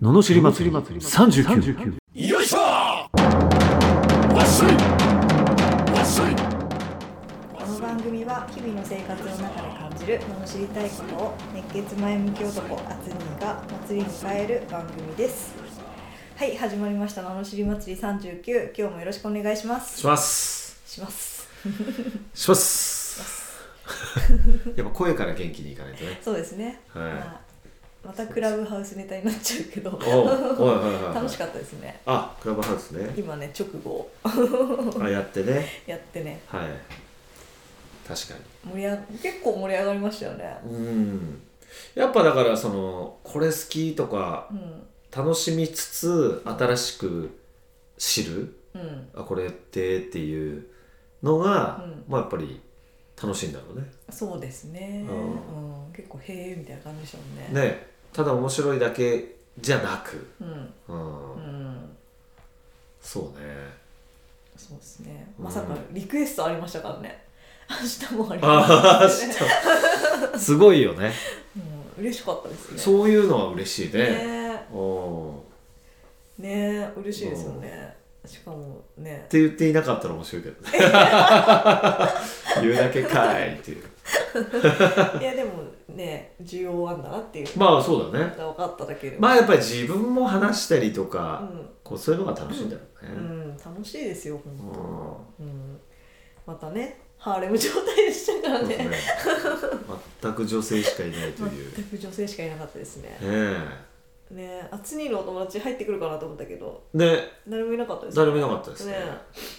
ののしり祭り39よいしょわっしょいわっしょいこの番組は日々の生活の中で感じる罵りたいことを熱血前向き男アツニーが祭りに変える番組ですはい始まりました罵り祭り39今日もよろしくお願いしますしますしますしますやっぱ声から元気にいかないとねそうですね、はいまあまたクラブハウスネタになっちゃうけどおうはいはいはいはい 楽しかったですねあクラブハウスね今ね直後あやってねやってねはい確か盛りあ結構盛り上がりましたよねにうんやっぱだからそのこれ好きとかうん楽しみつつ新しく知るうんあこれってっていうのが、うんまあやっぱり楽しいんだろうねそうですね、ううん結構へえみたいな感じでしたもんねねただ面白いだけじゃなく、うんうんうんそうねそうですね。うんまさかリクエストありましたからね。明日もありあまあす、ね。すごいよ ねうん、嬉しかったですね。うそういうのは嬉しいねね。おーっねえ嬉しいですよね。しかもね。て言っていなかったら面白いけ どね言うだけかいっていういやでもね需要あんだなっていうこまあそうだとねが分かっただけでも。まあやっぱり自分も話したりとか、うんこうそういうのが楽しいんだろうね、うん楽しいですようん本当。うんまたねハーレム状態でしたからそうですね。ね全く女性しかいないというね全く女性しかいなかったですね。えねえあつにいるお友達入ってくるかなと思ったけどね誰もいなかったですね。誰もいなかったですねね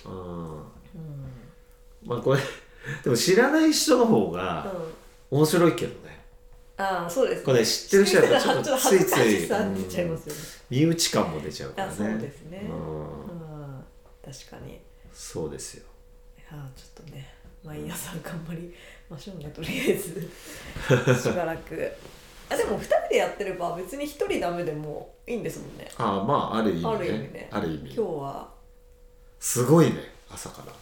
うんうん。まあこれでも知らない人の方がうん面白いけどねああそうですこれね知ってる人はちょっとついつい ちょっと恥ずかしさ出ちゃいますよね、身内感も出ちゃうからねあそうですねうんうん、確かにそうですよああちょっとね毎朝頑張りましょうねとりあえ ずしばらくあでも2人でやってれば別に1人ダメでもいいんですもんねああまあある意味ねある意味ねある意今味日はすごいね朝から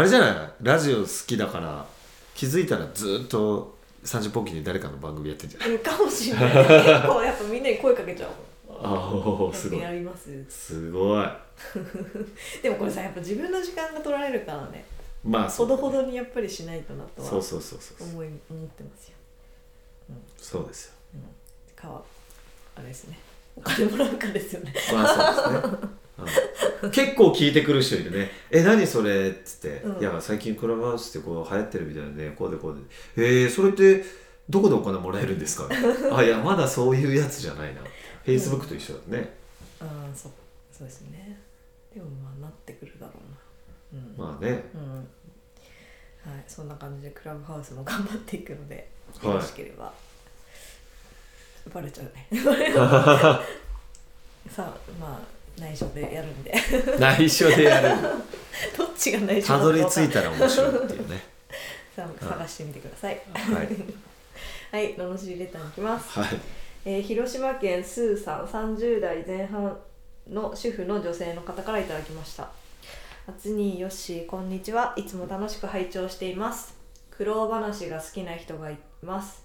あれじゃないラジオ好きだから気づいたらずっと30分おきに誰かの番組やってんじゃないうんかもしれ ない結構やっぱみんなに声かけちゃうもんああすごいやりますすごいでもこれさやっぱ自分の時間が取られるからねまあそほうだどねほどにやっぱりしないとなとはそうそうそうそう思い思ってますよそうですよかわあれですねお金もらうかです よねまあそうですね、うん結構聞いてくる人いるね「え何それ?」っつって「うんいや最近クラブハウスってこう流行ってるみたいでこうでこうでえー、それってどこでお金もらえるんです か? 」あいやまだそういうやつじゃないなフェイスブックと一緒だね、ああそうそうですねでもまあなってくるだろうなうまん、あね うんはい、そんな感じでクラブハウスも頑張っていくので、はいよろしければバレちゃうね さあまあ内緒でやるんで 内緒でやるどっちが内緒たなどのりか着いたら面白いっていうねさあ探してみてくださいはい はいののしりレターいきますはいえー広島県スーさん30代前半の主婦の女性の方からいただきましたあつにーよっしーこんにちはいつも楽しく拝聴しています苦労話が好きな人がいます、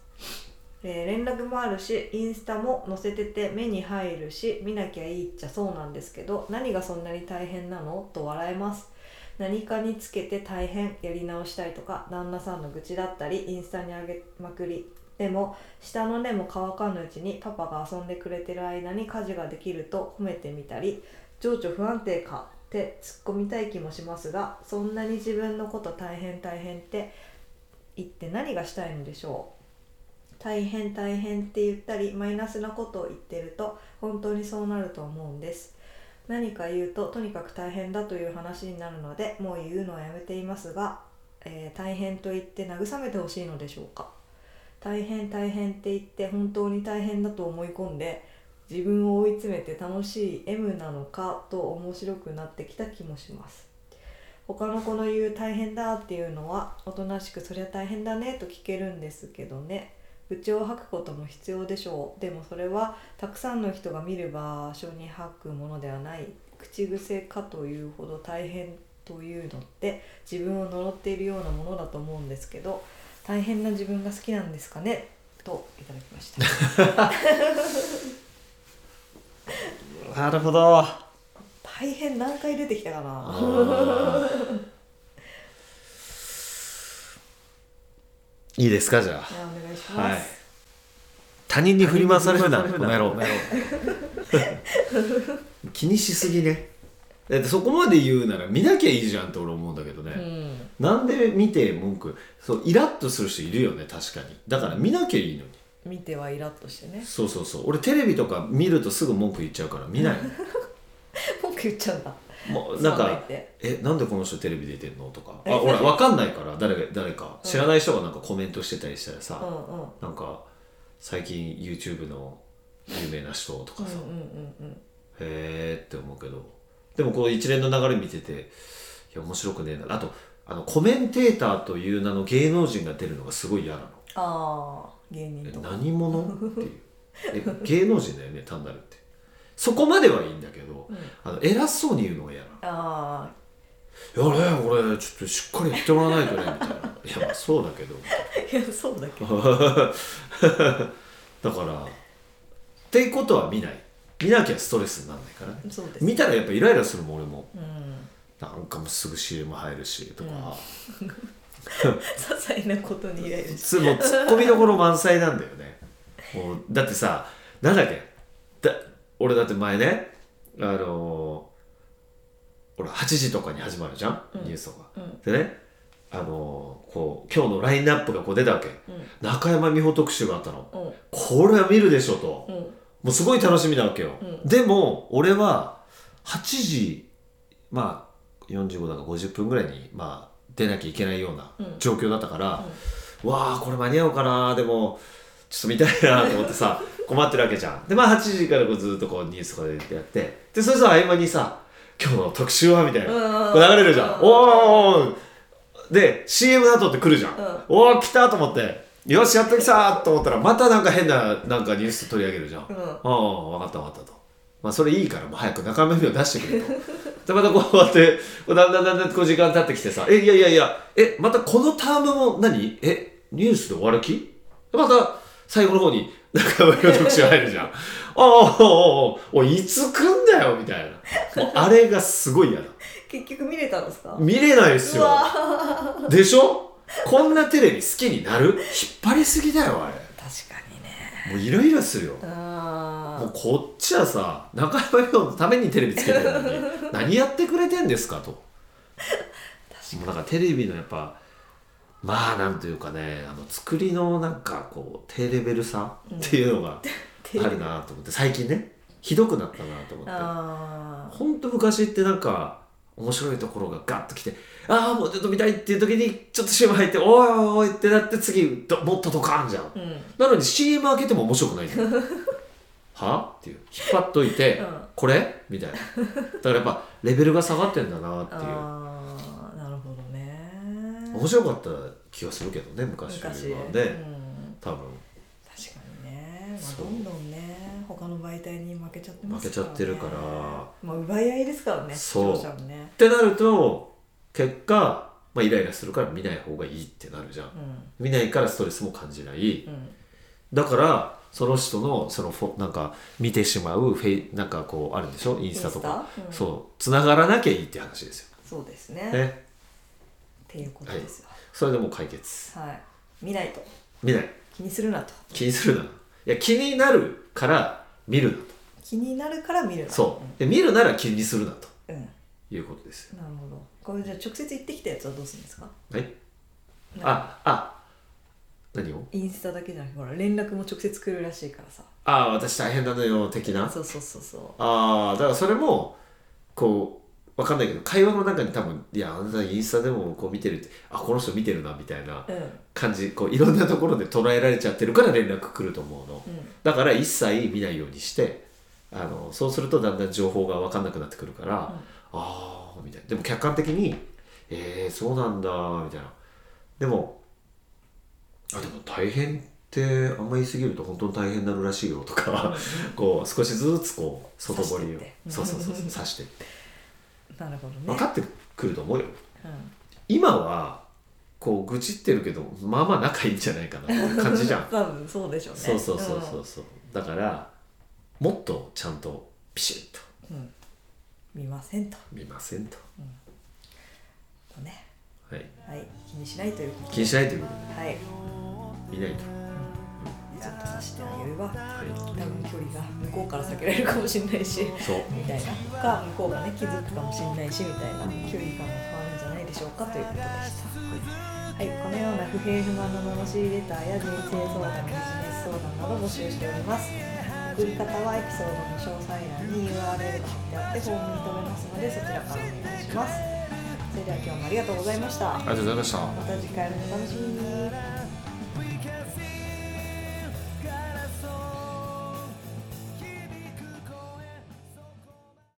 えー連絡もあるしインスタも載せてて目に入るし見なきゃいいっちゃそうなんですけど何がそんなに大変なのと笑えます何かにつけて大変やり直したりとか旦那さんの愚痴だったりインスタに上げまくりでも下の根も乾かぬうちにパパが遊んでくれてる間に家事ができると褒めてみたり情緒不安定かって突っ込みたい気もしますがそんなに自分のこと大変大変って言って何がしたいのでしょう大変大変って言ったりマイナスなことを言ってると本当にそうなると思うんです何か言うととにかく大変だという話になるのでもう言うのはやめていますが、えー大変と言って慰めてほしいのでしょうか大変大変って言って本当に大変だと思い込んで自分を追い詰めて楽しい M なのかと面白くなってきた気もします他の子の言う大変だっていうのはおとなしくそりゃ大変だねと聞けるんですけどね愚痴を吐くことも必要でしょうでもそれはたくさんの人が見る場所に吐くものではない口癖かというほど大変というのって自分を呪っているようなものだと思うんですけど大変な自分 が好きなんですかねといただきましたあなるほど大変何回出てきたかなあーいいですかじゃいやお願いしあまはいす、他人に振り回されるな振りこ回されの野るな郎 気にしすぎねだってそこまで言うなら見なきゃいいじゃんって俺思うんだけどね、うんなんで見て文句そうイラッとする人いるよね確かにだから見なきゃいいのに見てはイラッとしてねそうそうそう俺テレビとか見るとすぐ文句言っちゃうから見ない文句言っちゃうんだのもうなんそ言かっ、てえなんでこの人テレビ出てんのとかあえ俺わかんないから誰が誰か知らない人がなんかコメントしてたりしたらさ、うんうんなんか最近 YouTube の有名な人とうかんうさ、んうんうんへーって思うけどでもこう一連の流れ見てていや面白くねえなあとあのコメンテーターという名の芸能人が出るのがすごい嫌なのああ芸人えとか何者 っていうえ芸能人だよね単なるってそこまではいいんだけど、うんあの偉そうに言うのが嫌なのあやれ俺ちょっとしっかり言ってもらわないとねみたいないやまあそうだけど あいやそうだけどだからっていうことは見ない見なきゃストレスにならないからねそうです見たらやっぱイライラするもん俺もうんなんかもうすぐ CM 入るしとか、些細なことにイライラしつもうツッコミどころ満載なんだよねもうだってさなんだっけだ俺だって前ねあのー、俺8時とかに始まるじゃん、うんニュースとか、うんでねあのーこう今日のラインナップがこう出たわけう中山美穂特集があったのんうんこれは見るでしょと、うんもうすごい楽しみなわけよ、うでも俺は8時まあ45だか50分ぐらいにまあ出なきゃいけないようなうん状況だったから、わあこれ間に合うかなでもちょっと見たいなと思ってさ 困ってるわけじゃんでまあ8時からこうずっとこうニュースとかでやってでそれさ合間にさ「今日の特集は?」みたいな、うんこう流れるじゃん、うんおーおーおーで CM の後って来るじゃん、うんおお来たと思ってよしやってきたと思ったらまたなんか変ななんかニュース取り上げるじゃん、うんああ分かった分かったと、まあ、それいいからもう早く中身を出してくれと でまたこうやってこうだんだんだんだんこう時間経ってきてさ「えいやいやいやえまたこのタームも何えニュースで終わる気?」また最後の方に中身の特集入るじゃん 「おうおうおうおうおいいつ来んだよ」みたいなもうあれがすごい嫌だ結局見れたんですか見れないですうよわーでしょこんなテレビ好きになる引っ張りすぎだよあれ確かにねもうイライラするよもあうこっちはさ中山亮のためにテレビつけてるのに何やってくれてんですかともうなんかテレビのやっぱまあなんというかねあの作りのなんかこう低レベルさっていうのがあるなと思って最近ねひどくなったなと思ってあほんと昔ってなんか面白いところがガッと来てああもうちょっと見たいっていう時にちょっと CM 入っておいおいおいってなって次どもっとドカンじゃん、ーうんなのに CM 開けても面白くない んだよはっていう引っ張っといて、うんこれみたいなだからやっぱレベルが下がってんだなっていうああなるほどね面白かった気がするけどね昔よ昔りはね、うん、多分確かにね、まあ、そどうんどんね他の媒体に負けちゃってますから、ね、負けちゃってるからまあ、奪い合いですからね視そう聴者もねってなると結果、まあ、イライラするから見ない方がいいってなるじゃんうん見ないからストレスも感じない、うんだからその人のそのフォなんか見てしまうフェイなんかこうあるんでしょインスタとかインスタうんそうつながらなきゃいいって話ですそうですよねねっていうことですよそれでもう解決はい、見ないと見ない気にするなと気にするないや気になるから見るな気になるから見るなとそうで見るなら気にするなとうん、うんいうことですよなるほどこれじゃあ直接行ってきたやつはどうするんですかはいああ何をインスタだけじゃなくてほら連絡も直接来るらしいからさああ私大変なのよ的なそうそうそうそああだからそれもこうわかんないけど会話の中に多分いやあなたインスタでもこう見てるってあこの人見てるなみたいなううん感じこういろんなところで捉えられちゃってるから連絡来ると思うの、うんだから一切見ないようにしてあのそうするとだんだん情報が分かんなくなってくるから、ああーみたいなでも客観的にえー、そうなんだみたいなでもあでも大変ってあんま言い過ぎると本当に大変になるらしいよとか こう少しずつこう外堀を刺してってそうそうそうそう刺してってなるほどね分かってくると思うようん今はこう愚痴ってるけどまあまあ仲いいんじゃないかなっていう感じじゃん多分そうでしょうねそうそうそうそうそうだからもっとちゃんとピシッとせんと見ませんととねはいはい気にしないということで気にしないというこはいとで見ないとちょっとさしてあげればは多分距離が向こうから避けられるかもしれないしいそうみたいなか向こうがね気づくかもしれないしみたいな距離感が変わるんじゃないでしょうかということでした、はい、このような不平不満の罵りレターや人生相談ビジネス相談など募集しております送り方はエピソードの詳細欄に URL が貼ってあってフォームに留めますのでそちらからお願いしますそれでは今日もありがとうございましたありがとうございましたまた次回もお楽しみに